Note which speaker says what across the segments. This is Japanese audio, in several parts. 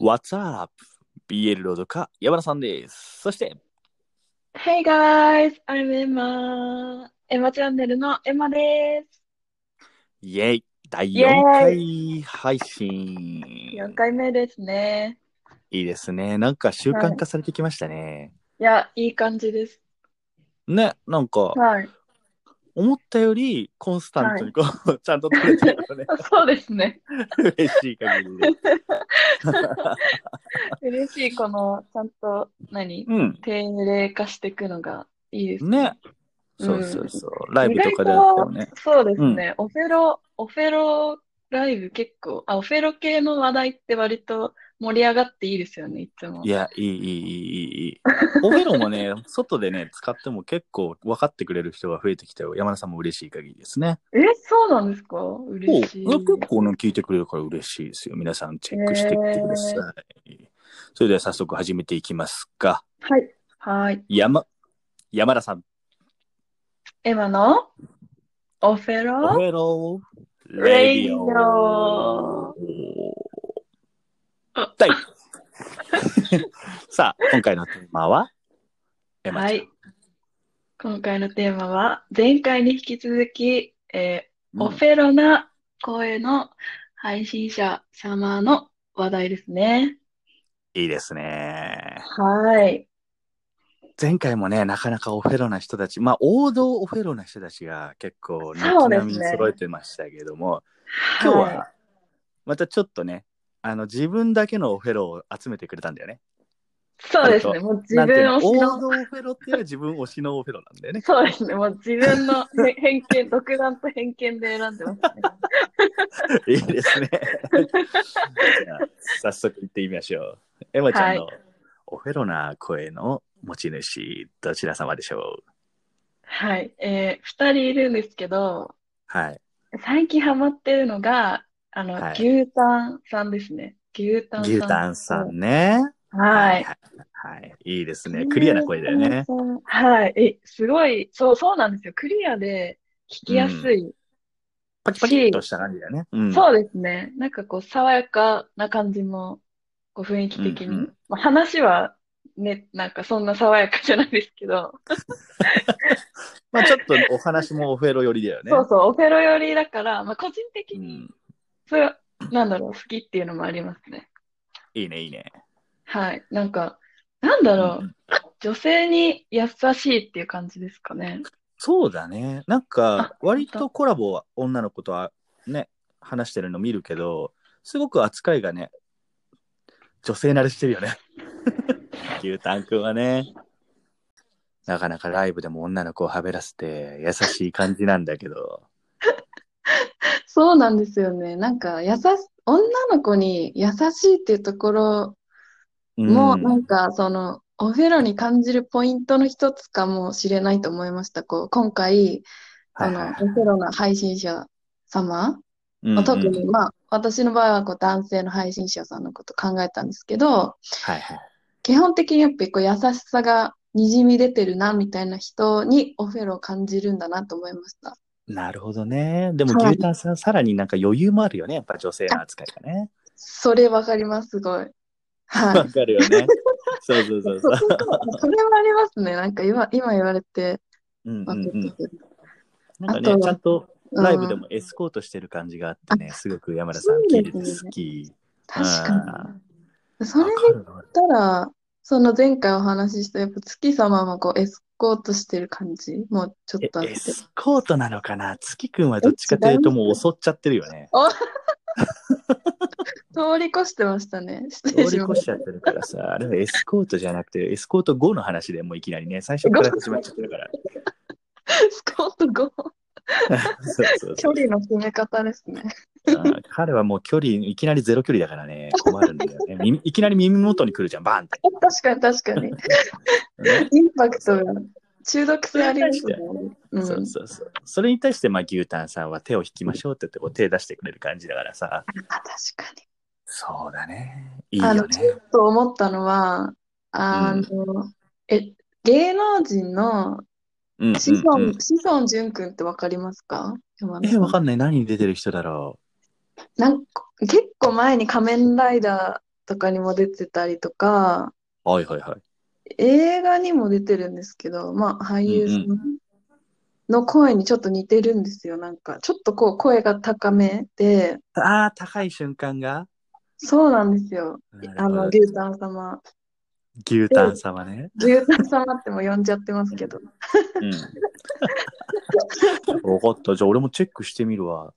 Speaker 1: What's up?BL ロードか山田さんです。そして、
Speaker 2: Hey guys, I'm Emma. エマチャンネルのエマです。
Speaker 1: イェイ第
Speaker 2: イェ
Speaker 1: 4回配信。
Speaker 2: 4回目ですね。
Speaker 1: いいですね。なんか習慣化されてきましたね。
Speaker 2: いや、いい感じです。
Speaker 1: ね、なんか
Speaker 2: はい。
Speaker 1: 思ったよりコンスタントにこう、ちゃんと撮れてる のね。
Speaker 2: そうですね。
Speaker 1: 嬉しい限りで。
Speaker 2: 嬉しい、この、ちゃんと、何
Speaker 1: うん。
Speaker 2: 定例化していくのがいいです
Speaker 1: ね。
Speaker 2: うん
Speaker 1: そうそうそう。ライブとかであってもね
Speaker 2: 意。外とそうですね。オフェロ、オフェロライブ結構、あ、オフェロ系の話題って割と盛り上がっていいですよね、いつも
Speaker 1: い。や、いい、いい、いい、いい。オフェロもね、外でね、使っても結構分かってくれる人が増えてきたよ。山田さんも嬉しい限りですね。
Speaker 2: え、そうなんですか
Speaker 1: お
Speaker 2: 嬉しい。
Speaker 1: 結構ね、聞いてくれるから嬉しいですよ。皆さんチェックしてきてください。それでは早速始めていきますが、
Speaker 2: はい。はい。
Speaker 1: 山、山田さん、
Speaker 2: エマのオフェ
Speaker 1: オフ
Speaker 2: ロ
Speaker 1: ェロー、
Speaker 2: レ
Speaker 1: レ
Speaker 2: イ
Speaker 1: デ
Speaker 2: デ
Speaker 1: ィ
Speaker 2: ィ
Speaker 1: オ
Speaker 2: オ。
Speaker 1: 第 さあ、今回のテーマは、エマちゃん
Speaker 2: はい。今回のテーマは、前回に引き続き、えーオフェロな声の配信者様の話題ですね。
Speaker 1: いいですね。
Speaker 2: はい。
Speaker 1: 前回もね、なかなかオフェロな人たち、まあ王道オフェロな人たちが結構軒
Speaker 2: そうですね
Speaker 1: 並み揃えてましたけども、今日
Speaker 2: い
Speaker 1: はまたちょっとね、あの自分だけのオフェロを集めてくれたんだよね。
Speaker 2: そうですね。もう自分
Speaker 1: なんて
Speaker 2: 推
Speaker 1: いう
Speaker 2: し
Speaker 1: の王
Speaker 2: の、
Speaker 1: 道オフェロっていうのは自分推しのオフェロなんだよね。
Speaker 2: そうですね。もう自分のへ 偏見、独断と偏見で選んでますね。
Speaker 1: いいですね。 じゃあ早速行ってみましょう。エマちゃんのオフェロな声の持ち主、どちら様でしょう
Speaker 2: はい。えー、二人いるんですけど、
Speaker 1: はい。
Speaker 2: 最近ハマってるのが、あの、
Speaker 1: はい
Speaker 2: 牛タンさんですね。牛タンさん。
Speaker 1: 牛タンさんね。
Speaker 2: はい。
Speaker 1: はい。はいいいですね。クリアな声だよね。。
Speaker 2: はい。え、すごい、そう、そうなんですよ。クリアで聞きやすい。
Speaker 1: パキパキっとした感じだよね。うん
Speaker 2: そうですね。なんかこう、爽やかな感じも、こう、雰囲気的に。
Speaker 1: うんうん
Speaker 2: まあ、話は、ね、なんかそんな爽やかじゃないですけど、
Speaker 1: まあちょっとお話もオフェロ寄りだよね。
Speaker 2: そうそう、オフェロ寄りだから、まあ、個人的
Speaker 1: う
Speaker 2: に
Speaker 1: ん、
Speaker 2: それは、なんだろう、好きっていうのもありますね。
Speaker 1: いいね、いいね。
Speaker 2: はい。なんか、なんだろ
Speaker 1: う
Speaker 2: う、
Speaker 1: ん
Speaker 2: 女性に優しいっていう感じですかね。
Speaker 1: そうだね。なんか
Speaker 2: あ、
Speaker 1: 割とコラボは女の子とはね、話してるの見るけど、すごく扱いがね、女性慣れしてるよ ね。牛タンくんはね。なかなかライブでも女の子をはべらせて優しい感じなんだけど。
Speaker 2: そうなんですよね。なんか、優し、女の子に優しいっていうところ
Speaker 1: うん
Speaker 2: も、なんか、その、オフェロに感じるポイントの一つかもしれないと思いました。こう、今回、
Speaker 1: はいは
Speaker 2: あ
Speaker 1: い
Speaker 2: の、オ
Speaker 1: はい
Speaker 2: フェロの配信者様、
Speaker 1: うんう
Speaker 2: まあ
Speaker 1: ん
Speaker 2: 特に、まあ、私の場合は、こう、男性の配信者さんのこと考えたんですけど、
Speaker 1: はいはい。
Speaker 2: 基本的にやっぱりこう、優しさが滲み出てるな、みたいな人にオフェロを感じるんだなと思いました。
Speaker 1: なるほどね。でも
Speaker 2: はい
Speaker 1: 牛タンさん、さらになんか余裕もあるよね。やっぱ女性の扱いがね。
Speaker 2: それわかります、す ごい。はい。
Speaker 1: わかるよね。そうそうそう
Speaker 2: そ
Speaker 1: そう う。
Speaker 2: そうそうそれはありますね。なんか今、今言われて
Speaker 1: うんう
Speaker 2: わか
Speaker 1: ん
Speaker 2: る
Speaker 1: うん。
Speaker 2: けど
Speaker 1: なん
Speaker 2: あ
Speaker 1: か
Speaker 2: と
Speaker 1: ね、ちゃんとライブで
Speaker 2: うん
Speaker 1: もエスコートしてる感じがあってね、すごく山田さん
Speaker 2: そう
Speaker 1: 聞
Speaker 2: で
Speaker 1: い
Speaker 2: す
Speaker 1: て
Speaker 2: ね
Speaker 1: て好き。
Speaker 2: 確かに。そ
Speaker 1: わ
Speaker 2: れで
Speaker 1: か
Speaker 2: 言っ
Speaker 1: るわ
Speaker 2: たら、その前回お話しした、やっぱ月様もこうエスコートしてる感じもうちょっとあっ
Speaker 1: え
Speaker 2: て
Speaker 1: エ。スコートなのかな月くんはどっちかというともう襲っちゃってるよね。
Speaker 2: 通り越してましたね。失
Speaker 1: 通
Speaker 2: 礼し
Speaker 1: り
Speaker 2: ま
Speaker 1: 越し
Speaker 2: し
Speaker 1: ちゃってるからさ、あれはエスコートじゃなくて、エスコート5の話でもういきなりね、最初から始まっちゃってるから。
Speaker 2: た。エスコート5、
Speaker 1: そうそう そ
Speaker 2: 距
Speaker 1: う
Speaker 2: 離の決め方ですね。
Speaker 1: うん彼はもう距離、いきなりゼロ距離だからね、困るんだよね。耳いきなり耳元に来るじゃん、バーンって。
Speaker 2: 確かに確かに。
Speaker 1: ね
Speaker 2: インパクトが中毒性ありますね。うん
Speaker 1: そうそうそう。それに対して、まあ、牛タンさんは手を引きましょうって言って、こう手出してくれる感じだからさ。
Speaker 2: あ確かに。
Speaker 1: そうだね。いい
Speaker 2: あ
Speaker 1: よ
Speaker 2: の、
Speaker 1: ね
Speaker 2: ち。ょっと思ったのは、あの、え、芸能人の
Speaker 1: うんうんうん
Speaker 2: 志尊、志尊淳君ってわかりますか山田
Speaker 1: え、
Speaker 2: さん
Speaker 1: わかんない。何に出てる人だろ
Speaker 2: なんか結構前に仮面ライダとかにも出てたりとか、
Speaker 1: はいはいはい。
Speaker 2: 映画にも出てるんですけど、まあ、俳優さ
Speaker 1: うん
Speaker 2: の声にちょっと似てるんですよ。なんか、ちょっとこう、声が高めで、
Speaker 1: ああ、高い瞬間が
Speaker 2: そうなんですよ。
Speaker 1: なる
Speaker 2: あ
Speaker 1: ほど
Speaker 2: の、牛タン様。
Speaker 1: 牛タン様ね。
Speaker 2: 牛タン様っても呼んじゃってますけど。
Speaker 1: うん。わかった。じゃあ俺もチェックしてみるわ。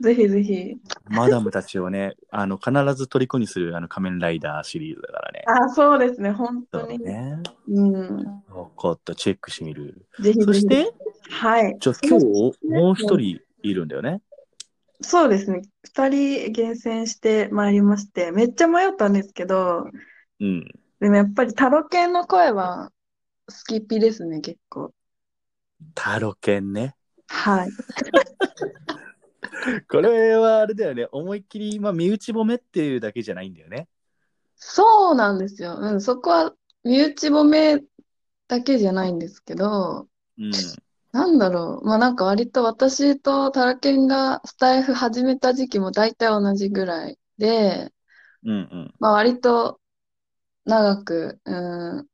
Speaker 2: ぜひぜひ。
Speaker 1: マダムたちをね、あの、必ず虜にするあの仮面ライダーシリーズだからね。
Speaker 2: あ、そうですね。本
Speaker 1: そ
Speaker 2: 当
Speaker 1: う
Speaker 2: に。
Speaker 1: ね。
Speaker 2: うん。
Speaker 1: わかった。チェックしてみる。
Speaker 2: ぜひぜひ。
Speaker 1: そして、
Speaker 2: はい。
Speaker 1: じゃあ今日、もう一人いるんだよね。
Speaker 2: そうですね。二人厳選してまいりまして、めっちゃ迷ったんですけど、
Speaker 1: うん。
Speaker 2: でもやっぱりタロケンの声は好きっぴですね、結構。
Speaker 1: タロケンね。
Speaker 2: はい。
Speaker 1: これはあれだよね。思いっきり、まあ、身内褒めっていうだけじゃないんだよね。
Speaker 2: そうなんですよ。うん、そこは身内褒めだけじゃないんですけど、
Speaker 1: うん。
Speaker 2: なんだろう。まあなんか割と私とタロケンがスタイフ始めた時期も大体同じぐらいで、
Speaker 1: うんうん。
Speaker 2: まあ割と長く、うん、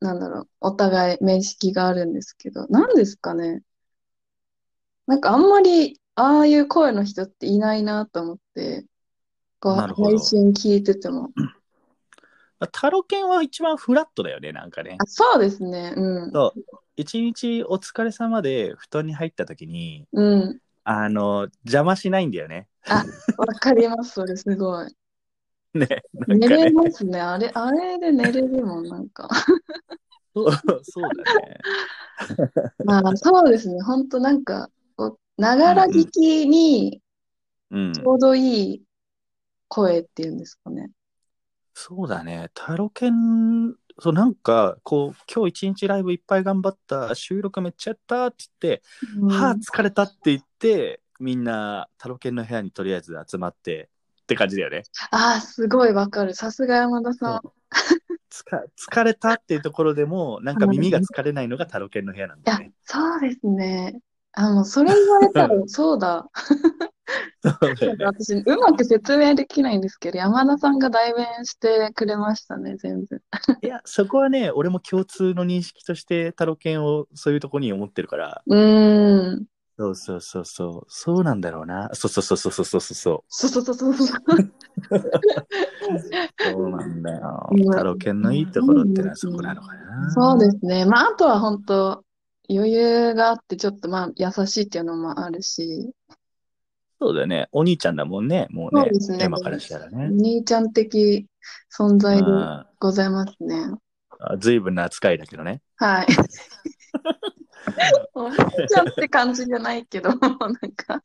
Speaker 2: なんだろう、お互い面識があるんですけど、なんですかね。なんかあんまり、ああいう声の人っていないなと思って、こう、
Speaker 1: なるほど
Speaker 2: 配信聞いてて も。
Speaker 1: まあタロケンは一番フラットだよね、なんかね
Speaker 2: あ、。そうですね、うん。
Speaker 1: そう。一日お疲れ様で布団に入った時に、
Speaker 2: うん。
Speaker 1: あの、邪魔しないんだよね。
Speaker 2: わかります、それすごい。
Speaker 1: ね。なん
Speaker 2: 寝
Speaker 1: か
Speaker 2: れ
Speaker 1: ね。
Speaker 2: ますね、あれ、あれで寝れるもん、なんか。
Speaker 1: そうそうだね。
Speaker 2: まあ、そうですね、ほんとなんか、こう、ながら聞きに
Speaker 1: うん。
Speaker 2: ちょうどいい声っていうんですかね。
Speaker 1: そうだね。タロケン、そう、なんか、こう、今日一日ライブいっぱい頑張った、収録めっちゃやったって言って、
Speaker 2: うん
Speaker 1: はあ、疲れたって言って、みんな、タロケンの部屋にとりあえず集まって、って感じだよね。
Speaker 2: ああ、すごいわかる。さすが山田さん。
Speaker 1: つか疲れたっていうところでも、なんか耳が疲れないのがタロケンの部屋なん
Speaker 2: い
Speaker 1: だ
Speaker 2: や
Speaker 1: よね。、
Speaker 2: そうですね。あの、それ言われたら、そうだ。
Speaker 1: そうだよね
Speaker 2: 私、うまく説明できないんですけど、山田さんが代弁してくれましたね、全部。
Speaker 1: いや、そこはね、俺も共通の認識としてタロケンをそういうとこに思ってるから、
Speaker 2: うーん。
Speaker 1: そうそうそうそう、そうなんだろうな。そうそうそうそうそうそうそう。
Speaker 2: そうそうそうそうそう。
Speaker 1: そうなんだよ
Speaker 2: うん。
Speaker 1: タロケンのいいところってのはそこなのかな。
Speaker 2: そうですね。まあ、あとは本当余裕があって、ちょっとまあ、優しいっていうのもあるし、
Speaker 1: そうだよね。お兄ちゃんだもんね、もう
Speaker 2: そ
Speaker 1: ね
Speaker 2: うです、ね
Speaker 1: 今からしたらね。
Speaker 2: 兄ちゃん的存在で
Speaker 1: うん
Speaker 2: ございますね。
Speaker 1: あ随分な扱いだけどね。
Speaker 2: はい。お兄ちゃんって感じじゃないけど、 なんか、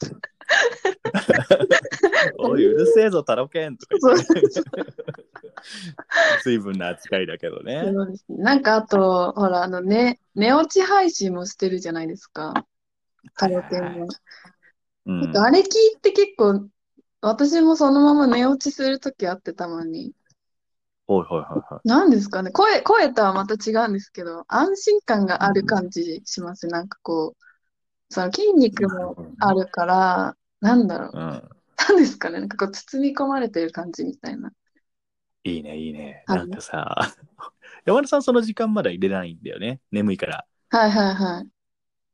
Speaker 1: おい、うるせえぞ、タロケンとか
Speaker 2: そう
Speaker 1: 言って。 随分な扱いだけどね。
Speaker 2: そうですねなんかあと、ほら、あのね、寝落ち配信もしてるじゃないですか。カラオケ
Speaker 1: はいはい
Speaker 2: も。
Speaker 1: う
Speaker 2: なん
Speaker 1: ん
Speaker 2: かあれ聞いて結構、私もそのまま寝落ちするときあってたまに。
Speaker 1: はいはいはいはい。
Speaker 2: なんですかね、声、声とはまた違うんですけど、安心感がある感じしますね。なんかこう、その筋肉もあるから、なんだろう。
Speaker 1: うん。
Speaker 2: なんですかね、なんかこう包み込まれてる感じみたいな。
Speaker 1: いいね、いいね。
Speaker 2: はい
Speaker 1: なんかさ、 山田さんその時間まだ入れないんだよね。眠いから。
Speaker 2: はいはいはい。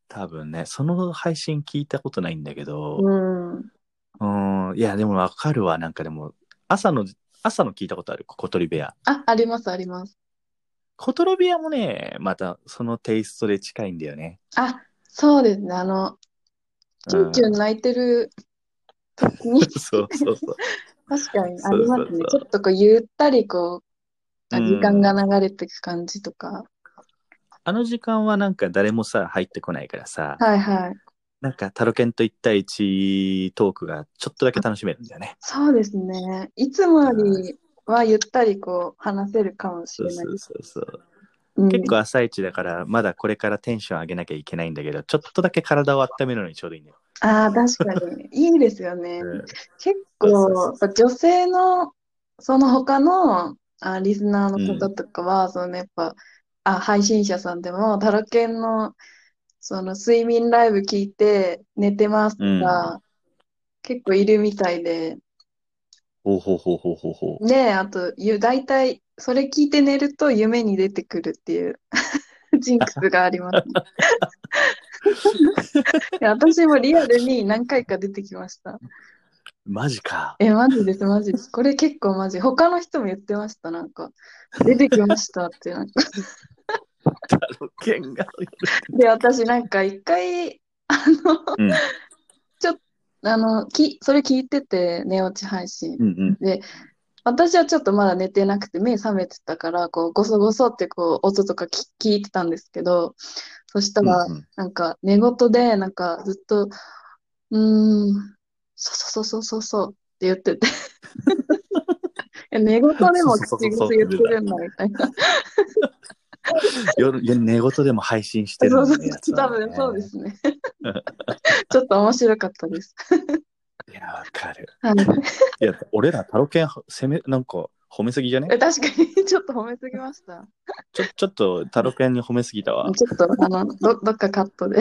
Speaker 1: 多分ね、その配信聞いたことないんだけど、
Speaker 2: うん。
Speaker 1: うん、いや、でもわかるわ。なんかでも、朝の、朝の聞いたことある、小鳥部屋。
Speaker 2: あ、ありますあります。
Speaker 1: 小鳥部屋もね、またそのテイストで近いんだよね。
Speaker 2: あ、そうですね。あの、チュンチュン泣いてる時に、
Speaker 1: そうそう そう。
Speaker 2: 確かにあ
Speaker 1: そう
Speaker 2: り
Speaker 1: そう
Speaker 2: ま
Speaker 1: そう
Speaker 2: すね。ちょっとこう、ゆったりこ う、あ
Speaker 1: うん
Speaker 2: 時間が流れていく感じとか。
Speaker 1: あの時間はなんか誰もさ、入ってこないからさ、
Speaker 2: はいはい。
Speaker 1: なんかタロケンと一対一トークがちょっとだけ楽しめるんだよね。
Speaker 2: そうですね。いつもよりはゆったりこう、話せるかもし
Speaker 1: そう
Speaker 2: れな
Speaker 1: そ
Speaker 2: いで
Speaker 1: う
Speaker 2: す。
Speaker 1: そうそう。
Speaker 2: うん
Speaker 1: 結構朝一だから、まだこれからテンション上げなきゃいけないんだけど、ちょっとだけ体を温めるのにちょうどいいんだよ。
Speaker 2: ああ、確かに。いいです よね。結
Speaker 1: そうそう
Speaker 2: 構、
Speaker 1: そう
Speaker 2: やっぱ女性の、その他の、あ、リスナーの方とかは、そのやっぱ、あ、配信者さんでも、タロケンの、その睡眠ライブ聞いて寝てますとか、結構いるみたいで、
Speaker 1: ほうほうほうほうほうほう。
Speaker 2: で、あと、ゆ大体、それ聞いて寝ると夢に出てくるっていう ジンクスがあ りますね。いや私もリアルに何回か出てきました。
Speaker 1: マジか。
Speaker 2: え、マジです、マジです。これ結構マジ。他の人も言ってました、なんか。出てきましたって、 なんか。
Speaker 1: タロケンが。
Speaker 2: で、私なんか一回、あの、
Speaker 1: うん
Speaker 2: あの、き、それ聞いてて、寝落ち配信。
Speaker 1: うんうん。
Speaker 2: 私はちょっとまだ寝てなくて目覚めてたから、こう、ごそごそってこう、音とかき聞いてたんですけど、そしたら
Speaker 1: う、んうん
Speaker 2: なんか寝言で、なんかずっと、うーん、そうそうそうそうそうって言ってて。いや寝言でも口癖言ってるんだみたいな。
Speaker 1: 夜夜寝言でも配信してる
Speaker 2: そう
Speaker 1: み
Speaker 2: そ
Speaker 1: た
Speaker 2: う
Speaker 1: いなやつなんだね、
Speaker 2: そう、多分そうですね。ちょっと面白かったです。
Speaker 1: いや、わかる。
Speaker 2: はい
Speaker 1: いや、俺らタロケン攻め、なんか褒めすぎじゃね
Speaker 2: え確かに、ちょっと褒めすぎました。
Speaker 1: ちょちょっとタロケンに褒めすぎたわ。
Speaker 2: ちょっと、あの、ど、どっかカットで。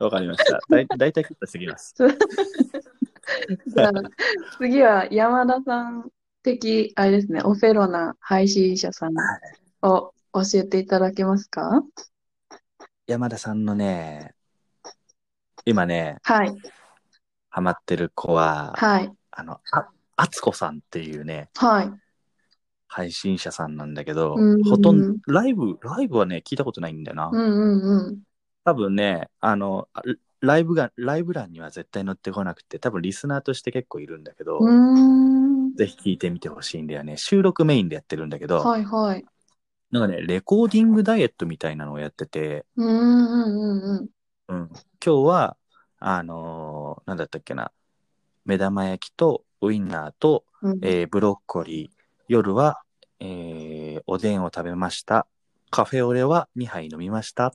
Speaker 1: わかりま した。だい大体カットしてきます。
Speaker 2: じゃあ次は山田さん的、あれですね、オフェロな配信者さんを教えていただけますか
Speaker 1: 山田さんのね、今ね、
Speaker 2: はい、
Speaker 1: ハマってる子は、
Speaker 2: はい、
Speaker 1: あの、あ、あつこさんっていうね、
Speaker 2: はい。
Speaker 1: 配信者さんなんだけど、
Speaker 2: うん
Speaker 1: ほとんど、ライブ、ライブはね、聞いたことないんだよな。
Speaker 2: うんうんうん。
Speaker 1: 多分ね、あの、あライブが、ライブ欄には絶対載ってこなくて、多分リスナーとして結構いるんだけど、
Speaker 2: うーん。
Speaker 1: ぜひ聞いてみてほしいんだよね。収録メインでやってるんだけど、
Speaker 2: はいはい。
Speaker 1: なんかね、レコーディングダイエットみたいなのをやってて、
Speaker 2: うんうんうんう
Speaker 1: う
Speaker 2: ん。
Speaker 1: ん、今日は、あのーなんだったっけな、目玉焼きとウインナーと、
Speaker 2: うん
Speaker 1: えーブロッコリー、夜は、えーおでんを食べました。カフェオレは2杯飲みました。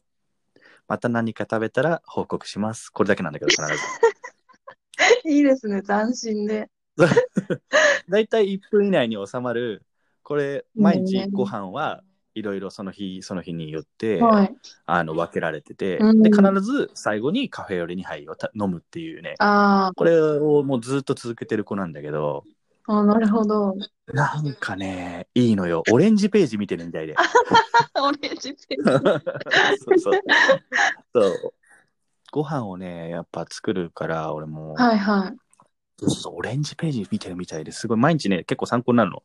Speaker 1: また何か食べたら報告します。これだけなんだけど、必 ず。
Speaker 2: いいですね、斬新で。
Speaker 1: だいたい1分以内に収まる、これ、毎日ご飯はいろいろその日、その日によって、
Speaker 2: はい。
Speaker 1: あの分けられてて、
Speaker 2: うん
Speaker 1: で、必ず最後にカフェオレ2杯をた飲むっていうね、
Speaker 2: あ
Speaker 1: これをもうずっと続けてる子なんだけど、
Speaker 2: あ、あなるほ ど。
Speaker 1: なんかね、いいのよ。オレンジページ見てるみたいで。
Speaker 2: オレンジ ペン
Speaker 1: そう そう。そう。ご飯をね、やっぱ作るから、俺も、
Speaker 2: はいはい。
Speaker 1: そうそうオレンジページ見てるみたいですごい、毎日ね、結構参考になるの。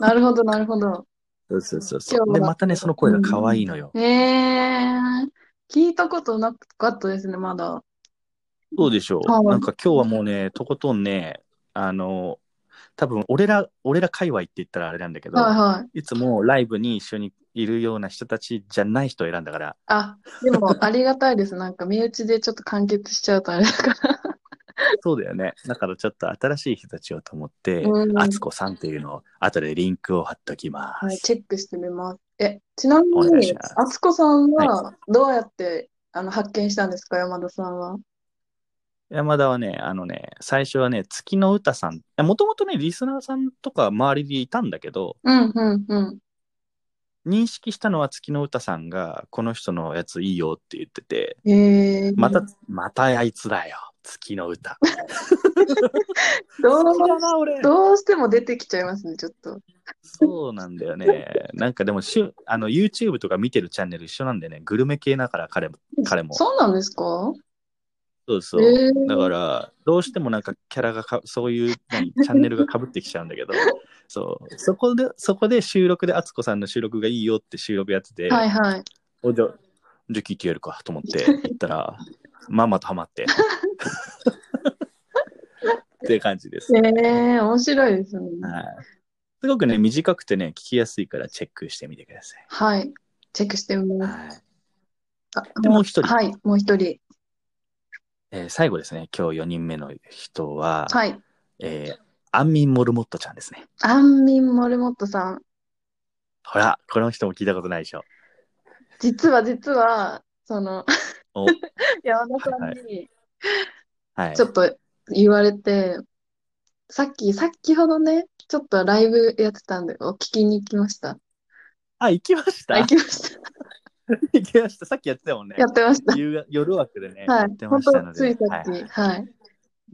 Speaker 2: なるほど、なるほど。
Speaker 1: そうそうそう
Speaker 2: 今
Speaker 1: そ
Speaker 2: 日
Speaker 1: う。
Speaker 2: は
Speaker 1: で、またね、その声が可愛いのよ。
Speaker 2: ええー、聞いたことなかったですね、まだ。
Speaker 1: どうでしょ
Speaker 2: はいう
Speaker 1: なんか今日はもうね、とことんね、あの、多分俺ら、俺ら界隈って言ったらあれなんだけど、
Speaker 2: はいはい。
Speaker 1: いつもライブに一緒にいるような人たちじゃない人を選んだから、
Speaker 2: あ、で もありがたいです。なんか身内でちょっと完結しちゃうとあれだから。
Speaker 1: そうだよね。だからちょっと新しい人たちをと思って
Speaker 2: う、ん
Speaker 1: あつこさんっていうのを、後でリンクを貼っときま
Speaker 2: はい、
Speaker 1: す。
Speaker 2: チェックしてみます。え、ちなみ
Speaker 1: お願い
Speaker 2: に
Speaker 1: しま、す
Speaker 2: あつこさん
Speaker 1: は
Speaker 2: はどうやってあの発見したんですか、山田さんは。
Speaker 1: 山田はね、あのね、最初はね、月の歌さん、もともとね、リスナーさんとか周りでいたんだけど、
Speaker 2: うん、うん、うん。
Speaker 1: 認識したのは月の歌さんが、この人のやついいよって言ってて、
Speaker 2: へえ。
Speaker 1: また、またあいつだよ、月の歌。
Speaker 2: どう、
Speaker 1: 好きだな、俺。
Speaker 2: どうしても出てきちゃいますね、ちょっと。
Speaker 1: そうなんだよね。なんかでもしゅ、あの、YouTube とか見てるチャンネル一緒なんでね、グルメ系だから彼も、彼も。
Speaker 2: そうなんですか
Speaker 1: そうそう。
Speaker 2: へえ。
Speaker 1: だから、どうしてもなんかキャラがか、そういう何チャンネルがかぶってきちゃうんだ けど、そう、そこで、そこで収録で、あつこさんの収録がいいよって収録やってて、
Speaker 2: はいはい。
Speaker 1: おじゃ、じゃあ聞いてやるかと思っ て行ったら、まんまとハマって。っていう感じです。
Speaker 2: へ
Speaker 1: はい。
Speaker 2: え、面白いですね。
Speaker 1: すごくね、短くてね、聞きやすいからチェックしてみてください。
Speaker 2: はい、チェックしてみます。
Speaker 1: はい。
Speaker 2: あ
Speaker 1: で、もう一人、
Speaker 2: はい、もう一人。
Speaker 1: えー最後ですね、今日4人目の人は、
Speaker 2: はい。
Speaker 1: えー、安眠モルモットちゃんですね。
Speaker 2: 安眠モルモットさん。
Speaker 1: ほら、この人も聞いたことないでしょ。
Speaker 2: 実は実は、その、
Speaker 1: お
Speaker 2: 山田さんに
Speaker 1: はい
Speaker 2: ち。ょっと言われて、さっき、さっきほどね、ちょっとライブやってたんで、お聞きに行きました。
Speaker 1: あ、行きました。
Speaker 2: あ、行
Speaker 1: 行
Speaker 2: きました。
Speaker 1: きました。さっきやってたもんね
Speaker 2: や。ってました。
Speaker 1: 夕が夜枠でね、
Speaker 2: は
Speaker 1: や
Speaker 2: い
Speaker 1: っ。てま
Speaker 2: 本
Speaker 1: したの
Speaker 2: 当
Speaker 1: で。
Speaker 2: ついさっ
Speaker 1: はい
Speaker 2: き、はい。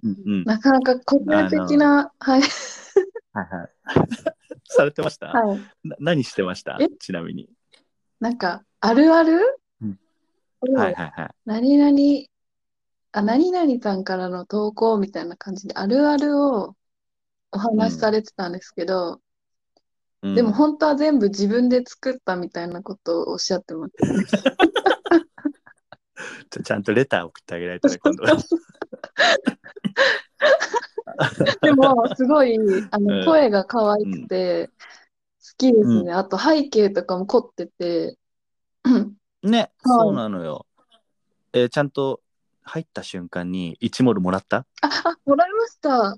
Speaker 1: うんうん。
Speaker 2: なかなか個性的な、は
Speaker 1: はい
Speaker 2: い、
Speaker 1: はい。されてました、
Speaker 2: はい。
Speaker 1: な何してました
Speaker 2: え
Speaker 1: ちなみに。
Speaker 2: なんか、あるある
Speaker 1: うん
Speaker 2: を
Speaker 1: はいはいはい。
Speaker 2: 何々、あ、何々さんからの投稿みたいな感じで、あるあるをお話しされてたんですけど、
Speaker 1: うん
Speaker 2: でも本当は全部自分で作ったみたいなことをおっしゃって ます。
Speaker 1: ちょちゃんとレター送ってあげないとね、今度
Speaker 2: でも、すごい、あ
Speaker 1: うん
Speaker 2: の、声が可愛くて、好きですね。あと、背景とかも凝ってて、
Speaker 1: ね、そうなのよ。えーちゃんと入った瞬間に1モルもらった
Speaker 2: あ、もらいました。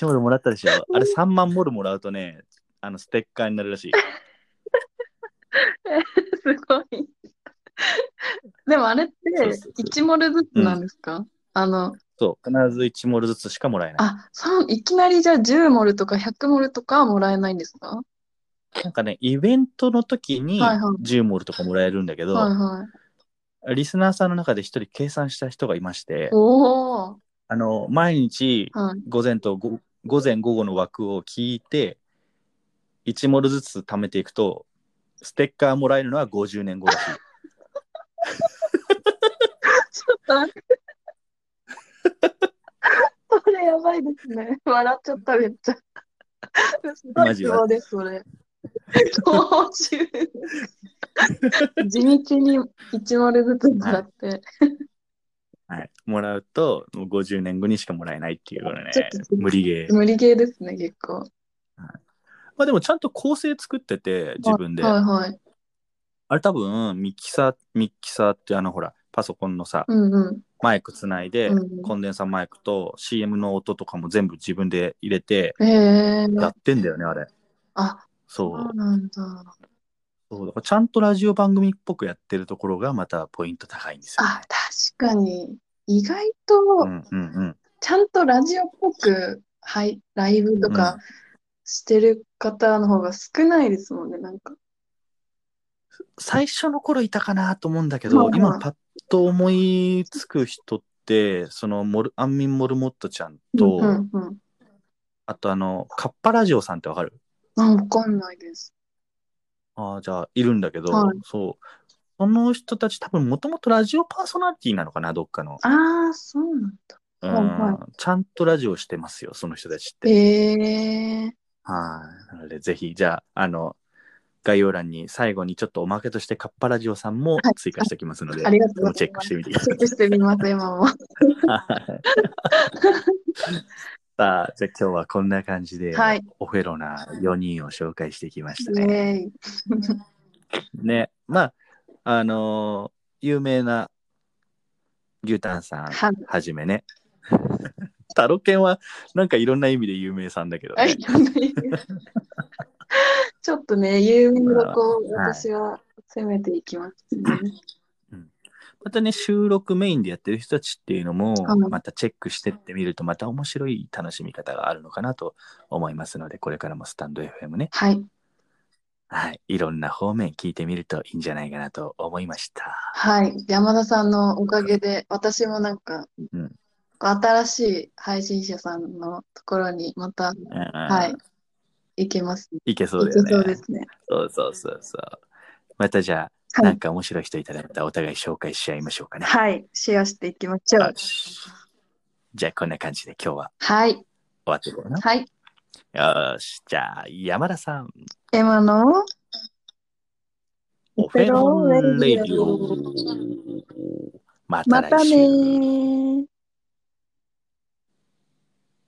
Speaker 1: 1モルもらったでしょ あれ3万モルもらうとね、あのステッカーになるらしい。
Speaker 2: すごい。でもあれって
Speaker 1: そうそうそう
Speaker 2: 1モルずつなんですか、あの、
Speaker 1: そう、必ず1モルずつしかもらえない。
Speaker 2: あ、そう、いきなりじゃあ10モルとか100モルとかはもらえないんですか
Speaker 1: なんかね、イベントの時に
Speaker 2: はいはい
Speaker 1: 10モルとかもらえるんだけど、
Speaker 2: はいはい。
Speaker 1: リスナーさんの中で1人計算した人がいまして、
Speaker 2: おお、
Speaker 1: あの、毎日
Speaker 2: はい。
Speaker 1: 午前と午午前午後の枠を聞いて、1モルずつ貯めていくと、ステッカーもらえるのは50年 後らしい。
Speaker 2: ちょっと待って。 それやばいですね。笑っちゃった、めっちゃ。すご
Speaker 1: マ
Speaker 2: い
Speaker 1: ジ
Speaker 2: ツボです、それ。50地道に1モルずつもらって、
Speaker 1: はい、もらうともう50年後にしかもらえないっていうようなね
Speaker 2: ちょっと
Speaker 1: 無理ゲー、ま
Speaker 2: 無理ゲーですね、結構。
Speaker 1: あ、でもちゃんと構成作ってて自分で、
Speaker 2: はいはい。
Speaker 1: あれ多分ミキサーミキサーってあのほらパソコンのさ
Speaker 2: うんうん。
Speaker 1: マイクつないで、
Speaker 2: うん
Speaker 1: コンデンサーマイクと CM の音とかも全部自分で入れて
Speaker 2: え
Speaker 1: や
Speaker 2: ー
Speaker 1: っ、てんだよねあれ
Speaker 2: あ、
Speaker 1: そ
Speaker 2: そう
Speaker 1: う
Speaker 2: なんだ。
Speaker 1: そうだからちゃんとラジオ番組っぽくやってるところがまたポイント高いんですよ、ね
Speaker 2: あ、確かに。意外
Speaker 1: う
Speaker 2: と、
Speaker 1: んうんうん
Speaker 2: ちゃんとラジオっぽく、はい、ライブと
Speaker 1: う
Speaker 2: か
Speaker 1: ん
Speaker 2: してる方の方が少ないですもんね、なんか。
Speaker 1: 最初の頃いたかなと思うんだけど、
Speaker 2: はいはい
Speaker 1: 今パッと思いつく人ってそのモルアンミン・モルモットちゃんと、
Speaker 2: うんうん。
Speaker 1: あとあのカッパラジオさんってわかる
Speaker 2: あ、わかんないです。
Speaker 1: あーじゃあいるんだけど、
Speaker 2: はい
Speaker 1: そうその人たち多分もともとラジオパーソナリティなのかなどっかの、
Speaker 2: ああ、そうなんだ。
Speaker 1: うん
Speaker 2: はいは
Speaker 1: ちゃんとラジオしてますよその人たちって、
Speaker 2: ええ
Speaker 1: はいなのでぜひじゃああの概要欄に最後にちょっとおまけとしてカッパラジオさんも追加しておきますので、
Speaker 2: ありがとうご
Speaker 1: チ
Speaker 2: ざ
Speaker 1: ェ
Speaker 2: い
Speaker 1: ック
Speaker 2: ま
Speaker 1: してみてくだ
Speaker 2: す。
Speaker 1: さい
Speaker 2: チェックしてみます、今も。
Speaker 1: さあ、じゃあ今日はこんな感じで、
Speaker 2: はい
Speaker 1: オフェロな4人を紹介してきました
Speaker 2: イ
Speaker 1: ね。
Speaker 2: エーイ。
Speaker 1: ね、まあ、あのー有名な牛タンさん
Speaker 2: はい
Speaker 1: はじめね。 タロケンはなんかいろんな意味で有名さんだけど
Speaker 2: あ
Speaker 1: ね、
Speaker 2: りがとうございます ちょっとね、有名どこを
Speaker 1: はい
Speaker 2: 私は攻めていきますね。
Speaker 1: またね、収録メインでやってる人たちっていうのも
Speaker 2: はい、
Speaker 1: またチェックしてってみると、また面白い楽しみ方があるのかなと思いますので、これからもスタンド FM ね、
Speaker 2: はい。
Speaker 1: はい、いろんな方面聞いてみるといいんじゃないかなと思いました。
Speaker 2: はい、山田さんのおかげで、私もなんか、
Speaker 1: うん
Speaker 2: こう新しい配信者さんのところにまた、は、
Speaker 1: はい
Speaker 2: 行けますね。
Speaker 1: い。いけそう
Speaker 2: 行
Speaker 1: だ
Speaker 2: け
Speaker 1: よね。
Speaker 2: そうですね。
Speaker 1: そうそうそうそうまたじゃあ、
Speaker 2: は
Speaker 1: ないん、か面白い人いたらまたお互い紹介し合いましょうかね。
Speaker 2: はい、シェアしていきましょう
Speaker 1: よ。しじゃあ、こんな感じで今日は
Speaker 2: はい、
Speaker 1: 終わっていこうか
Speaker 2: はい、
Speaker 1: な。よし。じゃあ、山田さん、
Speaker 2: エマの
Speaker 1: オフェロンレディオ。また
Speaker 2: また
Speaker 1: 来
Speaker 2: ね
Speaker 1: 週。
Speaker 2: ー。